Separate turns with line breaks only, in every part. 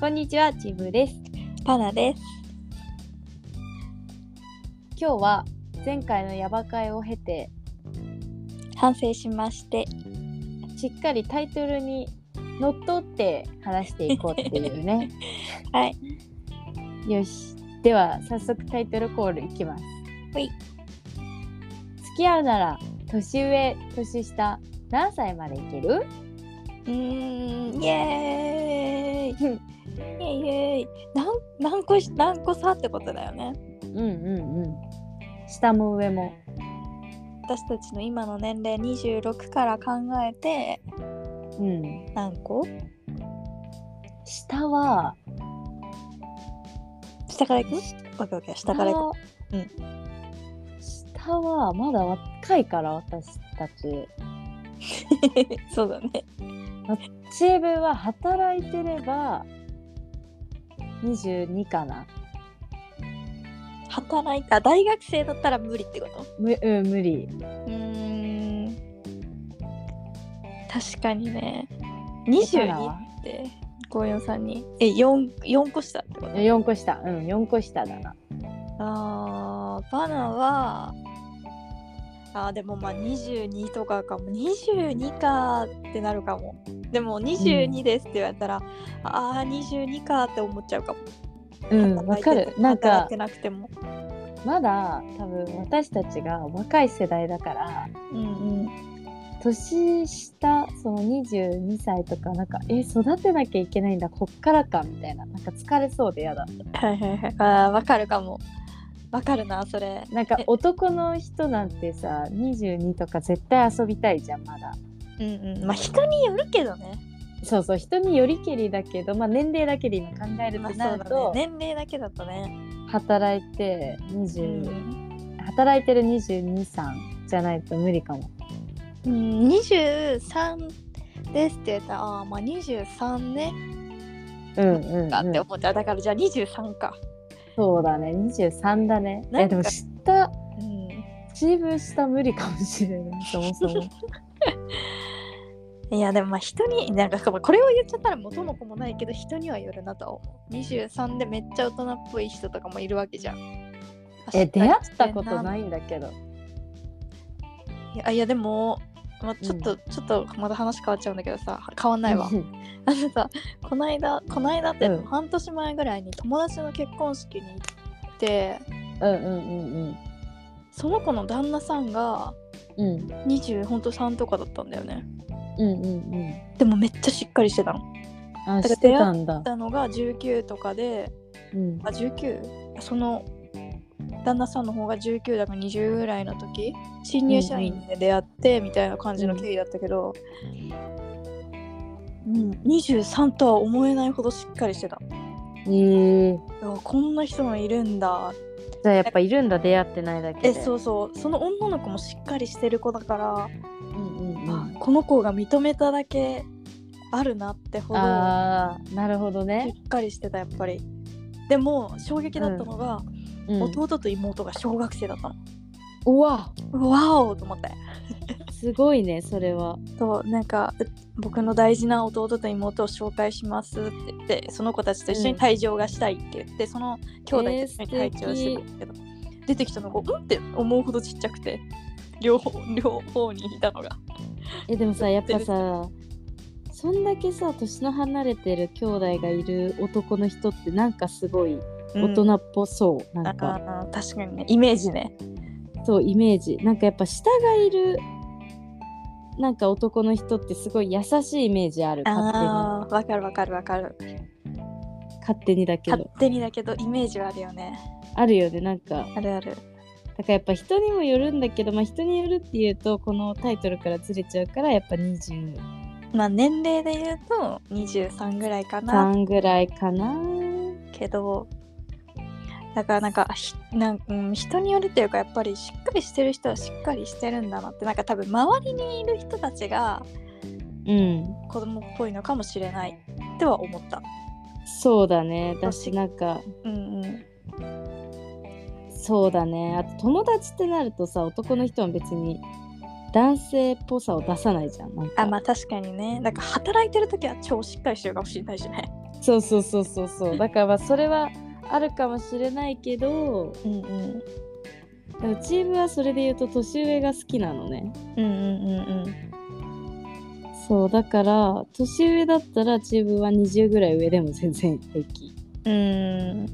こんにちは、ちぶです。
パナです。
今日は前回のヤバ会を経て、
反省しまして。
しっかりタイトルにのっとって話していこうっていうね。
はい。
よし。では、早速タイトルコールいきます。
ほい。
付き合うなら、年上、年下、何歳までいける
うーん、イエーイ。イ
うん
エイイエーイ。なん何個し何個差ってことだよね。
うんうんうん。下も上も。
私たちの今の年齢26から考えて
うん。
何個？
下は、
下からいく？オッケーオッケー。下からいく。う
下はまだ若いから私たち
そうだね。
チームは働いてれば22かな
働いた大学生だったら無理ってこと？
む、うん、無理
うーん。確かにね。22って5432え四四個下ってこと？
4個下うん4個下だな
あーバナはあーでもまあ22とかかも22かってなるかもでも22ですって言われたら、ああ22かって思っちゃうかも
うんわ
働い
か
てて
るなん
働
か
いてなくても
まだ多分私たちが若い世代だから
うんうん
年下その22歳とかなんかえ育てなきゃいけないんだこっからかみたいななんか疲れそうで嫌だ
はいはいはいあーわかるかもわかるなそれ
なんか男の人なんてさ22とか絶対遊びたいじゃんまだ
うんうんまあ人によるけどね
そうそう人によりけりだけど、まあ、年齢だけで今考える
ま
と
あそう
な
だ
る
ね
と、
年齢だけだとね
働いて
う
20、
ん、
働いてる223じゃないと無理かも
うん、23ですって言ったらああまあ23ね
うんうん、うん
かって思った、だからじゃあ23か、
そうだね23だね
なんか
えでも下
うん、
チーム下無理かもしれない そもそも
いやでもまあ人になんかこれを言っちゃったら元も子もないけど人にはよるなとは思う23でめっちゃ大人っぽい人とかもいるわけじゃん
え出会ったこと
い
ないんだけど
いやいやでも、まあ、ちょっと、ちょっとまた話変わっちゃうんだけどさ変わんないわ あのさこの間この間って
うん
半年前ぐらいに友達の結婚式に行って
うんうんうん
その子の旦那さんが
うんうん
20ほんと3とかだったんだよね
うんうんうん
でもめっちゃしっかりしてたの
あ
だから
してたんだ
だったのが19とかで
うん
あ19その旦那さんの方が19だから20ぐらいの時新入社員で出会ってみたいな感じの経緯だったけど、うん、23とは思えないほどしっかりしてた
えー、
うわこんな人もいるんだ
じゃあやっぱいるんだ出会ってないだけ
え
で
そうそうその女の子もしっかりしてる子だから、
うんうんうん
あこの子が認めただけあるなってほど
あーなるほどね
し、っかりしてたやっぱりでも衝撃だったのが、
うん
弟と妹が小学生だったの
うわ
わおと思って
すごいねそれは
そうなんかう僕の大事な弟と妹を紹介しますって言ってその子たちと一緒に退場がしたいって言って、その兄弟と一緒に退場してたんだけど、出てきたのがうんって思うほどちっちゃくて両方両方にいたのが
えでもさやっぱさそんだけさ年の離れてる兄弟がいる男の人ってなんかすごい大
うん
人っぽそう、
あ
なんか
ー確かにねイメージね
そうイメージなんかやっぱ下がいるなんか男の人ってすごい優しいイメージある勝手に
あーわかるわかるわかる
勝手にだけ
勝
ど
手にだけどイメージはあるよね
あるよねなんか
あるある
だからやっぱ人にもよるんだけどまあ人によるっていうとこのタイトルからずれちゃうからやっぱ23
まあ年齢で言うと23ぐらいかな
ぐらいかな
けどだからなんかひなん、うん、人によるっていうかやっぱりしっかりしてる人はしっかりしてるんだなってなんか多分周りにいる人たちが
うん
子供っぽいのかもしれないっては思った。
そうだねだ
し
しなんか
うんうん、
そうだねあと友達ってなるとさ男の人は別に男性っぽさを出さないじゃんなんか
あまあ確かにねなんか働いてる時は超しっかりしてるかもしれないしね。
そうそうそうそうそうだからまあそれはあるかもしれないけど
うんうん
でもチームはそれで言うと年上が好きなのね
うんうんうん
そうだから年上だったらチームは20ぐらい上でも全然平気
うん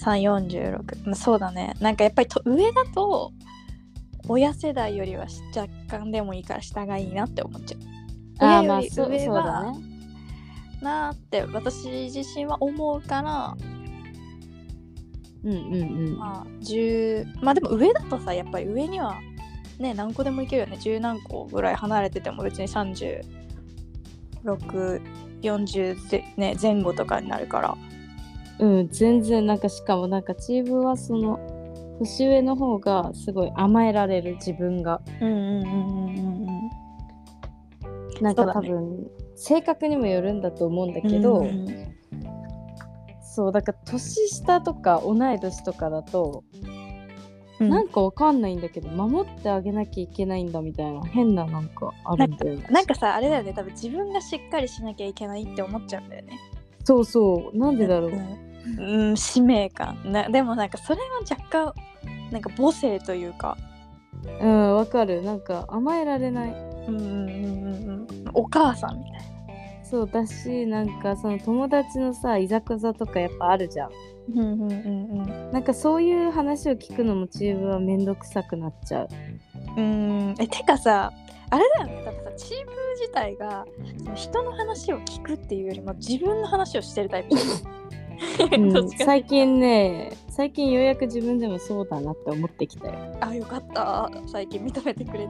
346、まあ、そうだねなんかやっぱりと上だと親世代よりはし若干でもいいから下がいいなって思っちゃう
ああ
上
ま
よ
あ
り
そう
上
そうだ
は
ね
なーって私自身は思うから
うんうんうん
まあ10まあでも上だとさやっぱり上にはね何個でもいけるよね十何個ぐらい離れてても別に3640で、ね、前後とかになるから
うん全然なんかしかもなんかチームはその年上の方がすごい甘えられる自分が
うんうんうんうんうん
なんか
そう
多
だね
分、性格にもよるんだと思うんだけど、
うん
そうだから年下とか同い年とかだと、
うん
なんかわかんないんだけど守ってあげなきゃいけないんだみたいな変ななんかあるんだよね
なんかさあれだよね多分自分がしっかりしなきゃいけないって思っちゃうんだよね
そうそうなんでだろう、
うん、うん使命感なでもなんかそれは若干なんか母性というか
うんわかるなんか甘えられない
うんうんうんうんお母さんみたい
そうだしなんかその友達のさいざこざとかやっぱあるじゃん
なうんうんうんうん
なんかそういう話を聞くのもチームは面倒くさくなっちゃう
うーんえてかさあれだよねだってさチーム自体がその人の話を聞くっていうよりも自分の話をしてるタイプ
うん
どっちか
最近ね最近ようやく自分でもそうだなって思ってきたよ
あよかった最近認めてくれて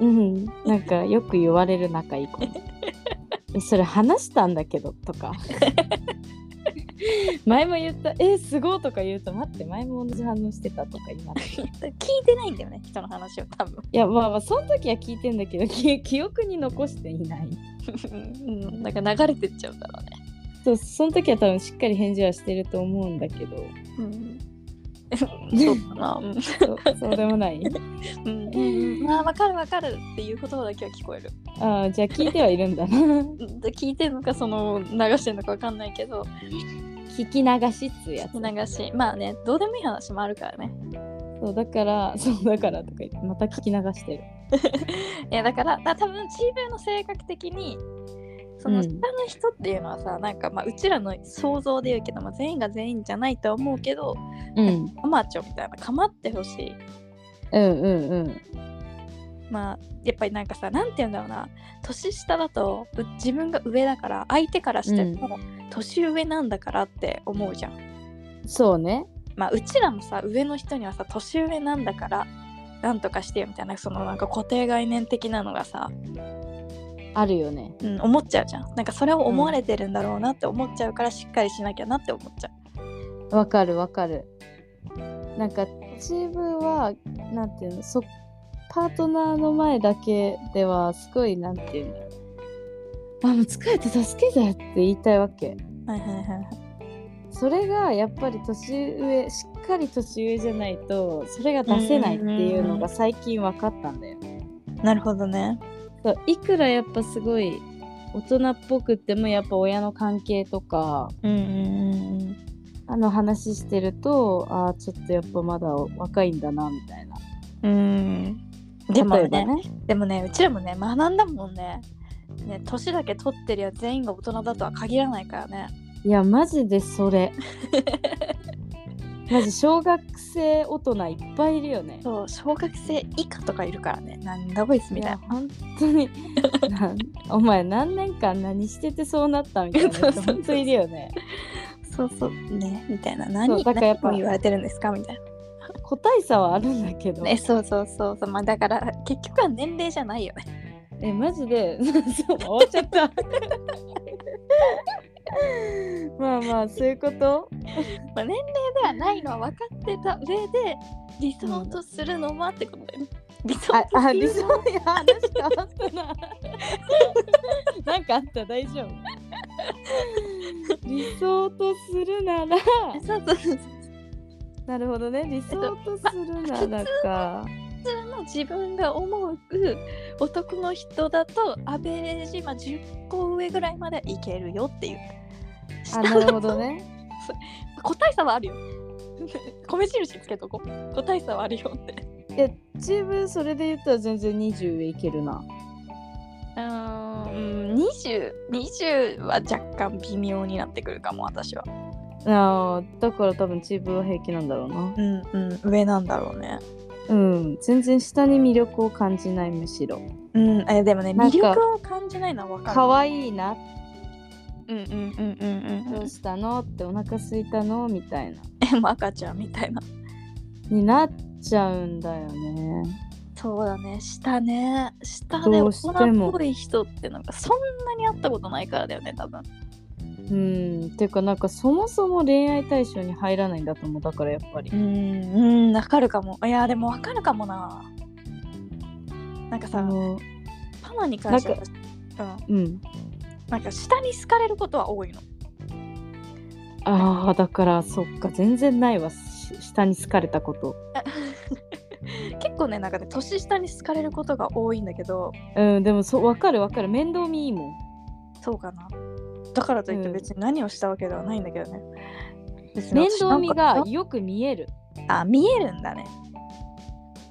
うんなんかよく言われる仲いい子にえそれ話したんだけどとか前も言った「えすごい」とか言うと「待って前も同じ反応してた」とか今い
聞いてないんだよね人の話を多分
やまあまあその時は聞いてんだけどき記憶に残していない
うんなんか流れてっちゃうんだろうね
そうその時は多分しっかり返事はしてると思うんだけど
うん そうかなうん
そうそうでもない
うんうんうん、あ分かる分かるっていう言葉だけは聞こえる
ああじゃあ聞いてはいるんだ な
うんで聞いてるのかその流してるのか分かんないけど
聞き流しっつうやつ
流しまあねどうでもいい話もあるからね
そうだから そうだからとか言ってまた聞き流してる
いやだからだ多分チームの性格的にその
うん
下の人っていうのはさ、なんかまあうちらの想像で言うけど、まあ、全員が全員じゃないとは思うけど
うん
アマチョみたいな構ってほしい
うんうんうん
まあやっぱりなんかさなんて言うんだろうな年下だとう自分が上だから相手からしても年上なんだからって思うじゃん、
そうね
まあうちらもさ上の人にはさ年上なんだからなんとかしてよみたいなそのなんか固定概念的なのがさ、
あるよね
うん、思っちゃうじゃんなんかそれを思われてるんだろうなって思っちゃうからしっかりしなきゃなって思っちゃ
わかるわかるなんかチームはなんていうのそパートナーの前だけではすごいなんていうのあもう疲れて助けてって言いたいわけ
うはいはいはいはい
それがやっぱり年上しっかり年上じゃないとそれが出せないっていうのが最近分かったんだよ
なるほどね
そういくらやっぱすごい大人っぽくってもやっぱ親の関係とか
うんうんうん
あの話してるとああちょっとやっぱまだ若いんだなみたいな
うんうんでも
例え
ね
ばね
でもねうちらもね学んだもんねね年だけ取ってりゃ全員が大人だとは限らないからね
いやマジでそ れマジ小学生大人いっぱいいるよね
そう小学生以下とかいるからねなんだこいつみ
い
たい
や
な
本当になんお前何年間何しててそうなったみたい
そう
な
そう
人
そう
本当いるよね
そうそうねみたいな何
だからやっぱ
何を言われてるんですかみたいな
個体差はあるんだけど、
ね、そうそうそうそう、まあ、だから結局は年齢じゃないよね。
えマジで そう終わっちゃった まあまあそういうこと
まあ、年齢ではないのは分かってた上で理想とするのはってことだよね。理想
あ
と
あ
す
理
る
想
のはい
や話変わったな なんかあった大丈夫理想とするなら
そうそうそう
なるほどね理想とするならか、
通の自分が思う男の人だとアベレージ、まあ、10個上ぐらいまでいけるよっていう
あなるほどね。
個体差はあるよ 米印つけとこう個体差はあるよって
いや自分それで言ったら全然20上いけるな。
うーん2020 20は若干微妙になってくるかも私は
あーだから多分自分は平気なんだろうな。
うんうん上なんだろうね
うん全然下に魅力を感じないむしろ。
うんえでもね
なん
魅
か
力を感じないのは分かる
可愛いな
うんうんうんうんうん
ど
うん
うしたのってお腹空いたのみたいな
えもう赤ちゃんみたいな
になっちゃうんだよね。
そうだね下ね下で
ど
大
うしても
人っぽい人ってなんかそんなに会ったことないからだよね多分
うんていうかなんかそもそも恋愛対象に入らないんだと思うだからやっぱり
う。んうんわかるかもいやでもわかるかもななんかさ、
の
パナに関しては
なん
うん、
うん、
なんか下に好かれることは多いの
ああだからそっか全然ないわし下に好かれたこと
結構ねなんかね年下に好かれることが多いんだけど
うんでもそう分かる分かる面倒見いいもん
そうかなだからといって
うん
別に何をしたわけではないんだけどね、別に
面
私
倒見が
なんか
よく見える
あ見えるんだね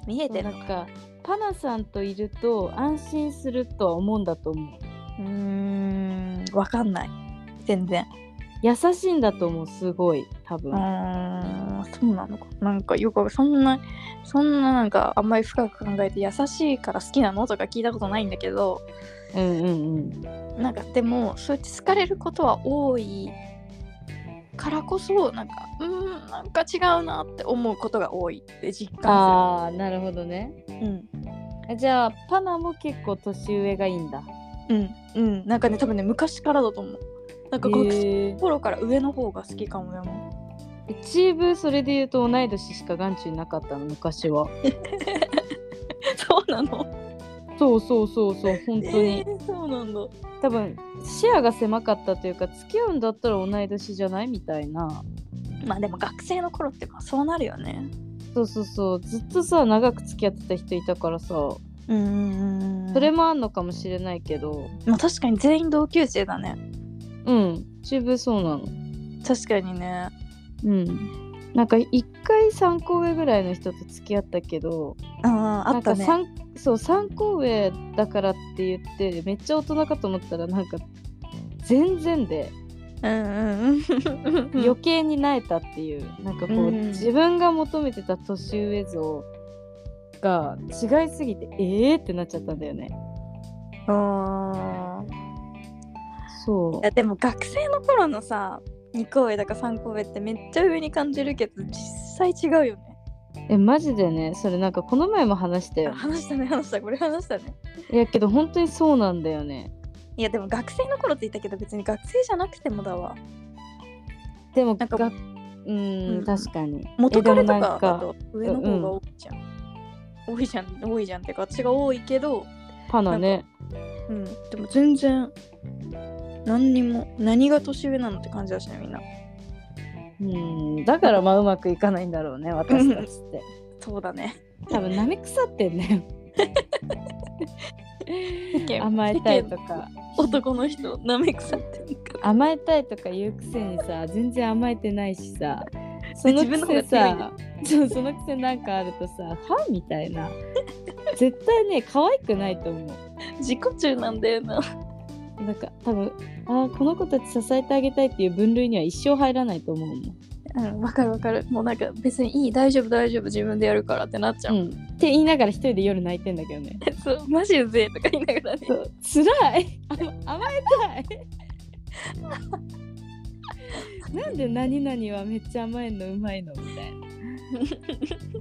見えて
な
るの
んかパナさんといると安心するとは思うんだと思う
うーんわかんない全然
優しいんだと思うすごい多
う
分、
ーんそうなのかなんかよくそんなそんななんかあんまり深く考えて優しいから好きなのとか聞いたことないんだけど
うんうんうん
なんかでもそうやって好かれることは多いからこそなんかうーんなんか違うなって思うことが多いって実感
ああなるほどね
するうん
えじゃあパナも結構年上がいいんだ
うんうんなんかね多分ね昔からだと思うなんか学生
へー
の頃から上の方が好きかもでも
えチーブそれで言うと同い年しか眼中になかったの昔は
そうなの
そうそうそうそう本当に、
えーそうなんだ
多分視野が狭かったというか付き合うんだったら同い年じゃないみたいな
まあでも学生の頃ってまあそうなるよね
そうそうそうずっとさ長く付き合ってた人いたからさ
うんうんうん
それもあんのかもしれないけど
まあ確かに全員同級生だね
うんチーブそうなの
確かにね
うんなんか1回3個上ぐらいの人と付き合ったけど
あああったね
なんか三そう3個上だからって言ってめっちゃ大人かと思ったらなんか全然で
うんうんうん
余計になえたっていう、なんかこう、
うん
自分が求めてた年上像が違いすぎてええー、ってなっちゃったんだよね
あー
そ
いやでも学生の頃のさ2校上だか3校上ってめっちゃ上に感じるけど実際違うよね
うえマジでねそれなんかこの前も話した
あ
よ
話したね話したこれ話したね
いやけど本当にそうなんだよね
いやでも学生の頃って言ったけど別に学生じゃなくてもだわ
でも
なんか
がうん、
うん
確かに
元彼と
えでもな
か
ん
だ
か
と上の方が多いじゃん、多いじゃん多いじゃんってか私が多いけど
パナね
うんでも全然何にも何が年上なのって感じだしねみんな
うんだからまあうまくいかないんだろうね私たちって
そうだね
多分舐め腐ってん ね甘えたいとか
男の人なめ腐ってるから
甘えたいとか言うくせにさ全然甘えてないしさその
自分の
く
方が
せ
強
さそ
い
うそのくせなんかあるとさはみたい な絶対ね可愛くないと思う
自己中なんだよな
なんか多分あーこの子たち支えてあげたいっていう分類には一生入らないと思うもん、
うんわかるわかるもうなんか別にいい大丈夫大丈夫自分でやるからってなっちゃう、
うん、って言いながら一人で夜泣いてんだけどね
そうマジうぜえとか言いながらね
そう辛い甘甘えたいなんで何々はめっちゃ甘えんのうまいのみたいな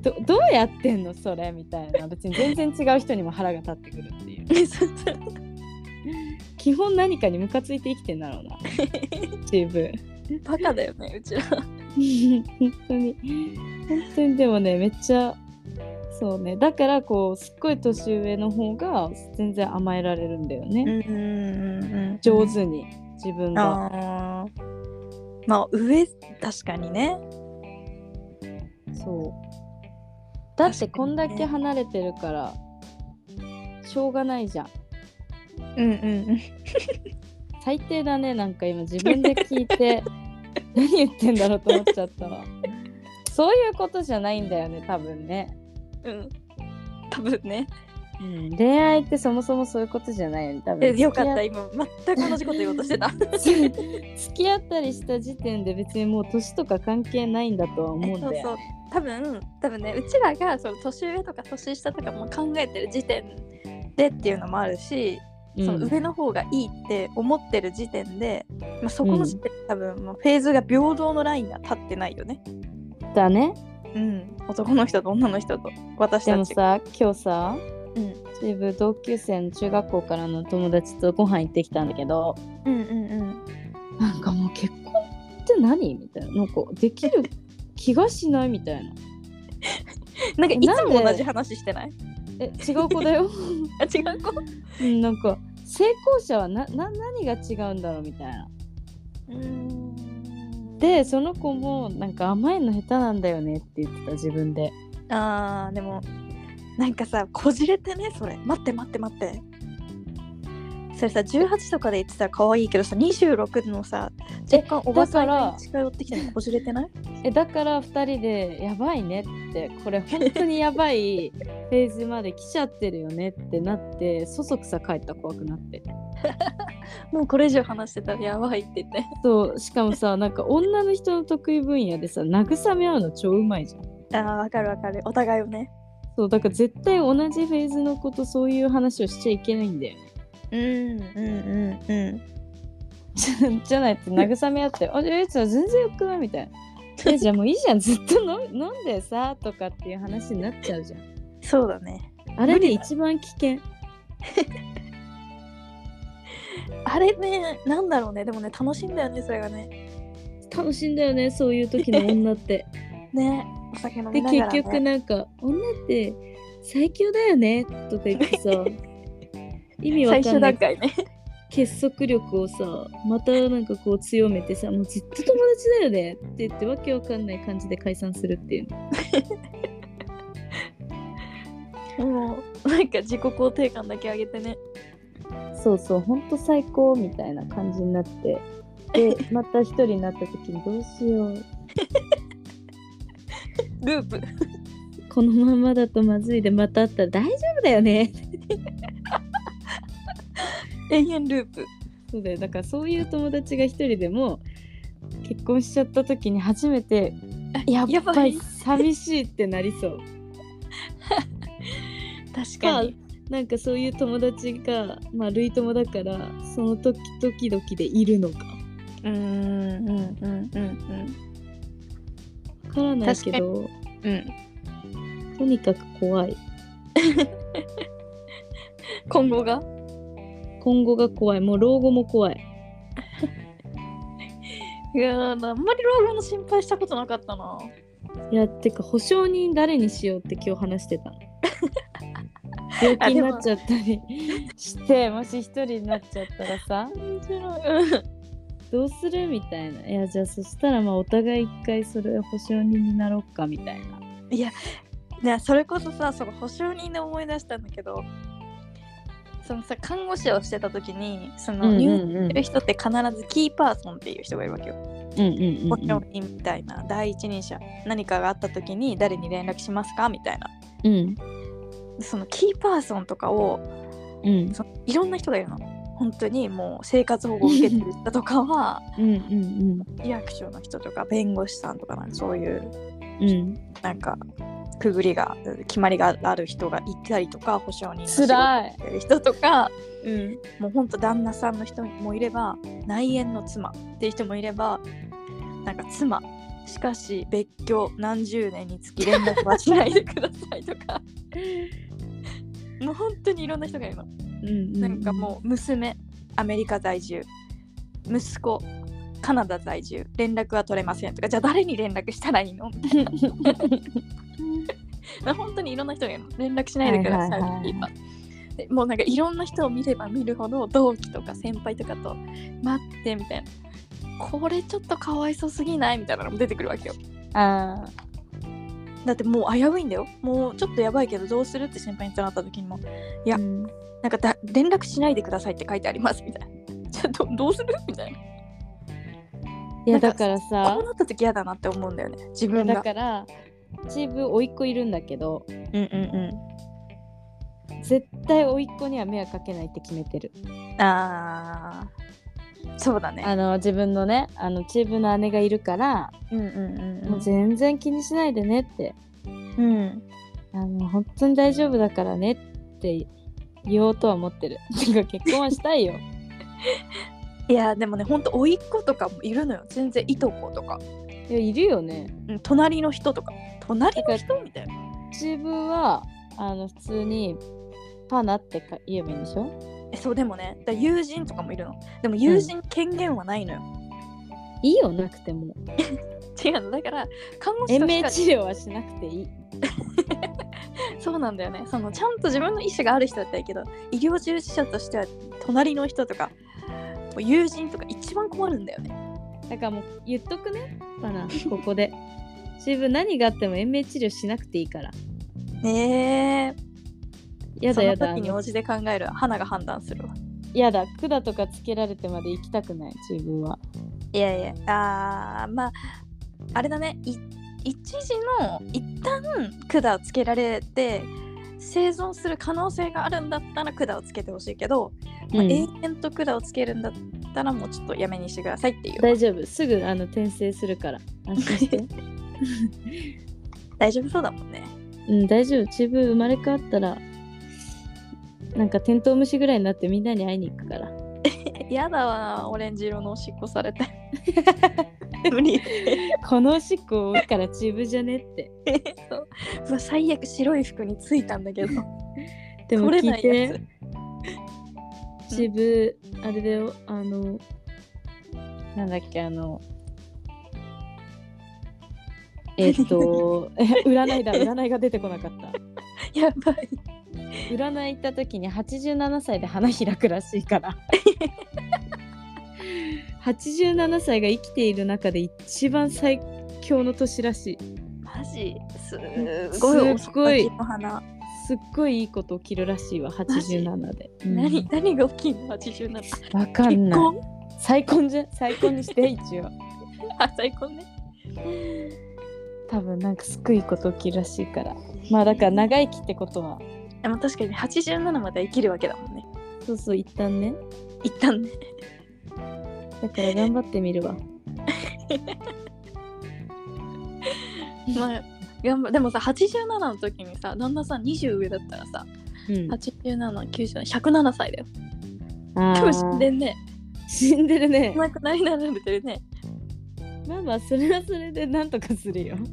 どどうやってんのそれみたいな別に全然違う人にも腹が立ってくるっていう
そうそう
基本何かにムカついて生きてんだろうな自分
バカだよねうちら
本当に本当にでもねめっちゃそうねだからこうすっごい年上の方が全然甘えられるんだよね、
ん
上手に自分が
あーまあ上確かにね
そうだってこんだけ離れてるからしょうがないじゃん
うんうん
最低だねなんか今自分で聞い て何言ってんだろうと思っちゃったわそういうことじゃないんだよね多分ね、
うんうん多分ね
うん、恋愛ってそもそもそういうことじゃないよね多分
えよかった今全く同じこと言おうとして た
付き合付き合ったりした時点で別にもう年とか関係ないんだとは思うん
そう
だ
そ
よ
う多分多分ねうちらがその年上とか年下とかも考えてる時点でっていうのもあるし、
うん
その上の方がいいって思ってる時点で、まあ、そこの時点で多分もうフェーズが平等のラインが立ってないよね、
だね
うん、男の人と女の人と私
で
た
も
ち
さ今日さ
うん
自分同級生の中学校からの友達とご飯行ってきたんだけど
うんうんうん
なんかもう結婚って何みたいななんかできる気がしないみたいな
なんか
え
いつも
なんで
同じ話してない
え違う子だ よ
あ違う子
うんなんか成功者はなな何が違うんだろうみたいな
うん
でその子もなんか甘いの下手なんだよねって言ってた自分で
あーでもなんかさこじれてねそれ待って待って待ってそれさ18とかで言ってたら可愛いけどさ26のさ若干おばさん
だから
が近寄ってきてもこじれてない
えだから2人で「やばいね」ってこれ本当にやばいフェーズまで来ちゃってるよねってなってそそくさ帰った怖くなって
もうこれ以上話してたらやばいって言って
そうしかもさなんか女の人の得意分野でさ慰め合うの超うまいじゃん
あーわかるわかるお互いをね
そうだから絶対同じフェーズのことそういう話をしちゃいけないんだよね
うんうんうんうん
じゃないと慰め合 って「あれつは全然よくない?」みたいな 「えじゃあもういいじゃんずっと飲み飲んでさ」とかっていう話になっちゃうじゃん
そうだね
あれで一番危険
あれねなんだろうねでもね楽しいんだよねそれがね
楽しいんだよねそういう時の女 って
ねお酒飲み
で
ながら、
結
ね、
局なんか女って最強だよねとか言って さ意味わ
最
かん
終
な
段
い
階ね
結束力をさまたなんかこう強めてさもうずっと友達だよねって言ってわけわかんない感じで解散するっていう
もうなんか自己肯定感だけ上げてね
そうそうほんと最高みたいな感じになって でまた一人になった時にどうしよう
ループ
このままだとまずいでまた会ったら大丈夫だよね
永遠ループ
そうだよだからそういう友達が一人でも結婚しちゃった時に初めてや
や
っ
ば
ぱ
い
り寂しいってなりそう
確
か
か
に
に
なんかそういう友達がまあ類友だからその時時々でいるのか
うーんうんうんうん
わからないけど
うんうん
とにかく怖い
今後が
今後が怖いもう老後も怖い
いやーあんまり老後の心配したことなかったない
やてか保証人誰にしようって今日話してた の病気になっちゃったりしてもし一人になっちゃったらさ
面白い
どうするみたいな。いや、じゃあそしたらまあお互い一回それ保証人になろうかみたいな。
ねそれこそさその保証人で思い出したんだけどそのさ看護師をしてた時にその入院
うん
してる人って必ずキーパーソンっていう人がいるわけよ
うん
保証人みたいな第一人者何かがあった時に誰に連絡しますかみたいな
うん
そのキーパーソンとかを
うん
そいろんな人がいるの本当にもう生活保護を受けてる人とかは
うんうん
リアクションの人とか弁護士さんとかなんかそういう
うんうん。
なんかくぐりが決まりがある人がいたりとか保証人の仕事
つらい。
やってる人とか
うん
もうほんと旦那さんの人もいれば内縁の妻っていう人もいればなんか妻しかし別居何十年につき連絡はし ないでくださいとかもう本当にいろんな人がいるの。
うん。
なんかもう娘アメリカ在住息子カナダ在住連絡は取れませんとかじゃあ誰に連絡したらいいのみたいな本当にいろんな人がいるの連絡しないでくださ
は
い
いはいはい
って今でもうなんかいろんな人を見れば見るほど同期とか先輩とかと待ってみたいな これちょっとかわいそうすぎないみたいなのも出てくるわけよ
う。ああ。
だってもう危ういんだよもうちょっとやばいけどどうするって先輩になった時にもいや
うん
なんかだ連絡しないでくださいって書いてありますみたいなじゃあどどうするみたいないな
や
んか
だからさ
こうなった時嫌だなって思うんだよね自
いや
分が
だからチーム甥っ子いるんだけど
うんうん
絶対甥っ子には迷惑かけないって決めてる
うんあーそうだね
あの自分のねあのチームの姉がいるから、
うんうんうん
もう全然気にしないでねって
うんうん
あの本当に大丈夫だからねって言おうとは思ってる てか結婚はしたいよ
いやでもねほんと甥っ子とかもいるのよ全然いとことか、
いやいるよね
うん、隣の人とか隣の人みたいな
自分はあの普通にパナってか言えばいいんでしょ
えそうでもねだ友人とかもいるのでも友人権限はないのよ、
いいよなくても
違うのだから看護師
延
とし
命
か
治療はしなくていい
そうなんだよねそのちゃんと自分の意思がある人だったらいいけど医療従事者としては隣の人とかもう友人とか一番困るんだよね
だからもう言っとくねパナここで自分何があっても延命治療しなくていいから
ねえ
やだやだ
その時に応じて考える花が判断するわ
やだ管とかつけられてまで行きたくない自分はい
やいやあーまああれだねい一時の一旦管をつけられて生存する可能性があるんだったら管をつけてほしいけど、まあ
うん
永遠と管をつけるんだったらもうちょっとやめにしてくださいっていう
大丈夫すぐあの転生するから安心して
大丈夫そうだもんね
うん大丈夫自分生まれ変わったらなんかテントウムシぐらいになってみんなに会いに行く から
やだわオレンジ色のおしっこされて 無理
このおしっこ多いからチーブじゃねって
そううわ最悪白い服についたんだけど
でも
取れ
聞
ないいや
て
つつ
チーブあれだよあのなんだっけあのえっとえ占いだ占いが出てこなかった
やばい
占い行った時に87歳で花開くらしいから 87歳が生きている中で一番最強の年らしい
マジすごい
すっごい
お先の花
すっごいいいこと起きるらしいわ87で、うん
何何が大きいの87結
わかんない
婚
再婚じゃ再婚にして一応
あ再婚ね
多分なんかすっごいいいこと起きるらしいからまあだから長生きってことは
でも確かに87までは生きるわけだもんね
そうそう一旦ね
一旦ね
だから頑張ってみるわ
まあ頑張でもさ87の時にさ旦那さん20上だったらさ
うん
8797107歳だよ
あ
多
ー
分死んでんね
死んでるね
亡くなりになられてるね
まあまあそれはそれでなんとかす るよ考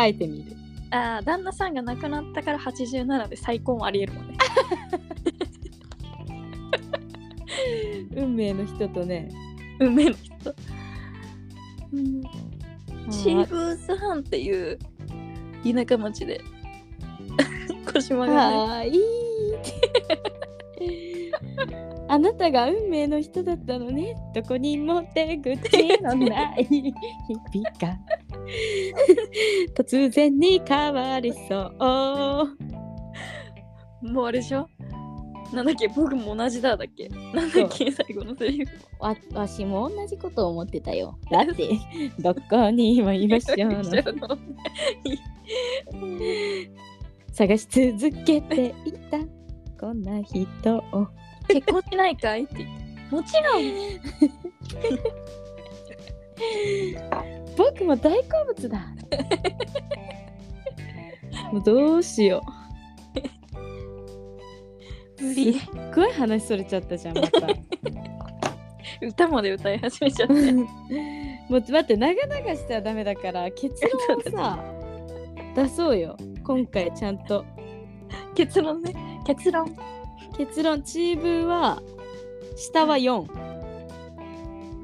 えてみる
ああ旦那さんが亡くなったから87で再婚はありえるもんね
運命の人とね
運命の人、うん、チーフーズハンっていう田舎町で 小島がね
ああい いってあなたが運命の人だったのねどこにも手口のない 日々が突然に変わりそう
もうあれでしょなんだっけ僕も同じだだっけなんだっけ最後のセリフ
わわしも同じことを思ってたよだってどこにもいましょうの 探し続けていたこんな人を
結婚しないかいって言ってもちろん
僕も大好物だもうどうしよう
無理
すっごい話それちゃったじゃんま た
歌まで歌い始めちゃった
もう待って長々しちゃダメだから結論をさ 出そうよ今回ちゃんと
結論ね結論
結論チームは下は4、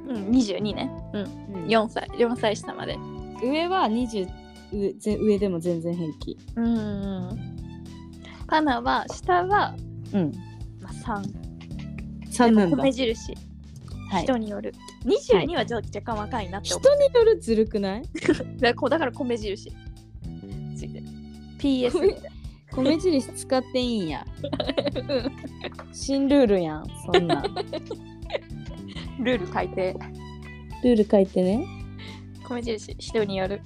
うん22ねうん4歳4歳下まで
上は20上ぜ上でも全然平気
うんパナは下は、
うん
まあ、3
3なんだ
米印
はい、
人による22はじゃあ若干若いなって思、
人によるずるくないう
だからこうだから米印ついてる PS
米米印使っていいんや 新ルールやんそんな
ルール改定
ルール書いてね
米印人による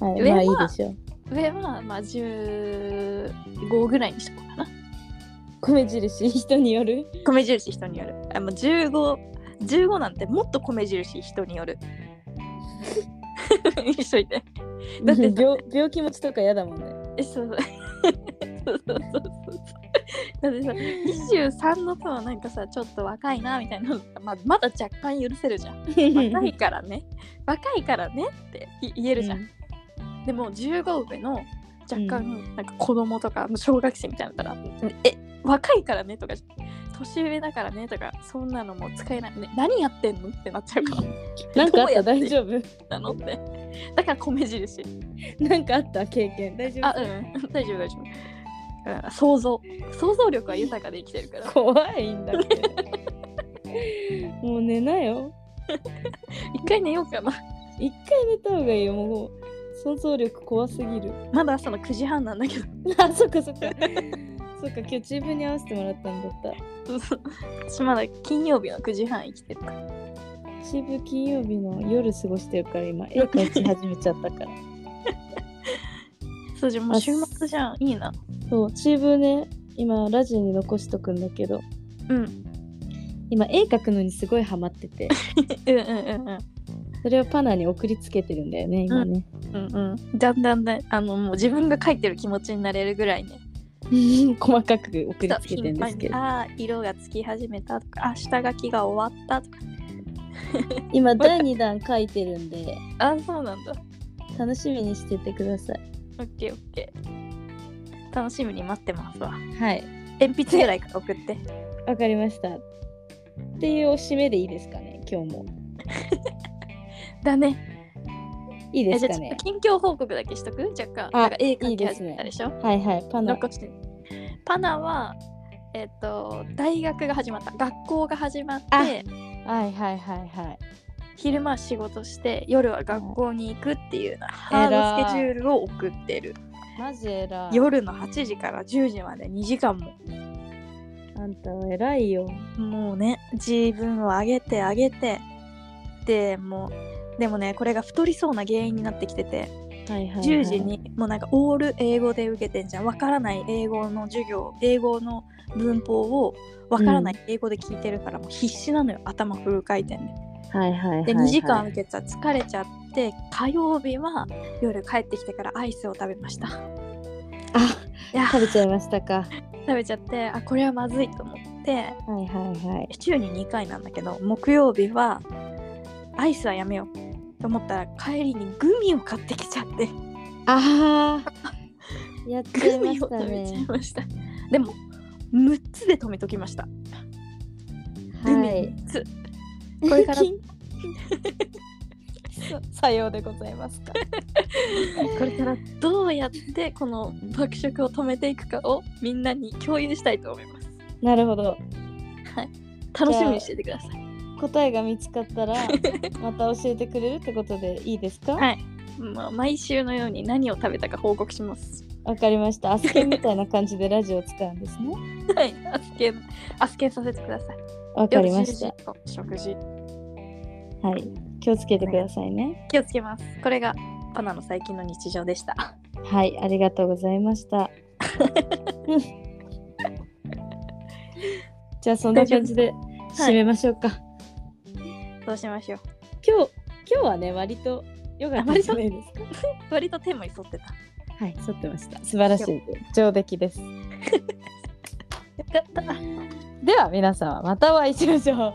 はい
上
まあ
はい
いでしょう
上はまあ15ぐらいにしとこうかな
米印人による
米印人によるあもう15 15なんてもっと米印人による にしといてだって
病病気持ちとか嫌だもんね
えそう そうそうそうそうそうだってさ23のさなんかさちょっと若いなみたいなのまあまだ若干許せるじゃん若いからね若いからねってい言えるじゃん、 でも15上の若
う
干なんか子供とか小学生みたいなのだったら「え若いからね」とか「年上だからね」とかそんなのもう使えない、ね、何やってんのってなっちゃうから
なんかあった
どうやって
大丈夫
なのってだから米印
なんかあった経験大丈
あ
夫
うん大丈夫大丈夫だから想像想像力は豊かで生きてるから
怖いんだって もう寝なよ
一回寝ようかな
一回寝た方がいいよもう想像力怖すぎる
まだ朝の9時半なんだけど
あそっかそっかそっか今日自分に合わせてもらったんだった
私まだ金曜日の9時半生きてるから
チブ金曜日の夜過ごしてるから今絵描き始めちゃったから
そうじゃんもう週末じゃんいいな
そうチブね今ラジオに残しとくんだけど
うん
今絵描くのにすごいハマってて
うんうんうんうん
それをパナに送りつけてるんだよね今ね、
うんうん、だんだんだんあのもう自分が書いてる気持ちになれるぐらいね
細かく送りつけてるんですけど
ああー色がつき始めたとかあ下書きが終わったとか
今第2弾書いてるんで
あーそうなんだ
楽しみにしててください
オッケーオッケー楽しみに待ってますわ
はい
鉛筆ぐらいから送って
わかりましたっていうお締めでいいですかね今日も
だね
いい
え
です
じゃあ
か
ちょっ
ね
と近況報告だけしとく若干
あ
なんか絵
い
描
い
き
です
始
ね
めたでしょ
はいはいパナ
残してパナはえっ、と大学が始まった学校が始まっ
あ
て
はいはいはいはい
昼間は仕事して夜は学校に行くっていうようなハードスケジュールを送ってる
マジ偉い
夜の8時から10時まで2時間も
あんたは偉いよ
もうね自分を上げて上げてでもうでもねこれが太りそうな原因になってきてて、
はいはい、はい、
10時にもうなんかオール英語で受けてんじゃんわからない英語の授業英語の文法をわからない英語で聞いてるから、もう必死なのよ頭フル回転で。
はいはいはいはい
で2時間受けてたら疲れちゃって火曜日は夜帰ってきてからアイスを食べました。
あ
いや
食べちゃいましたか
食べちゃってあこれはまずいと思って
はいはいはい
週に2回なんだけど木曜日はアイスはやめようと思ったら帰りにグミを買ってきちゃって
ああやっちゃい
グ
ま
ミを
した
食べちゃい
ね
ましたでも6つで止めときましたグミ
はい
6つ、こ れから
緊さようでございますか
これからどうやってこの爆食を止めていくかをみんなに共有したいと思います
なるほど
楽しみにしててください
答えが見つかった らまた教えてくれるってことでいいですか
は
わ、
いまあ、毎週のように何を食べたか報告します
かりましたアスケンみたいな感じでラジオ使うんですね
はいアスケンアスケンさせてください
わかりました
夜10時の食事
はい気をつけてくださいね
気をつけますこれがパナの最近の日常でした
はいありがとうございました うんじゃあそんな感じで締めましょうか、
どうしましょう
今日今日はね割と良かったんじゃないですか
割とテーマに沿ってた
はい沿ってました素晴らしい上出来です
よかった
では皆様またお会いしましょう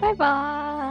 バイバーイ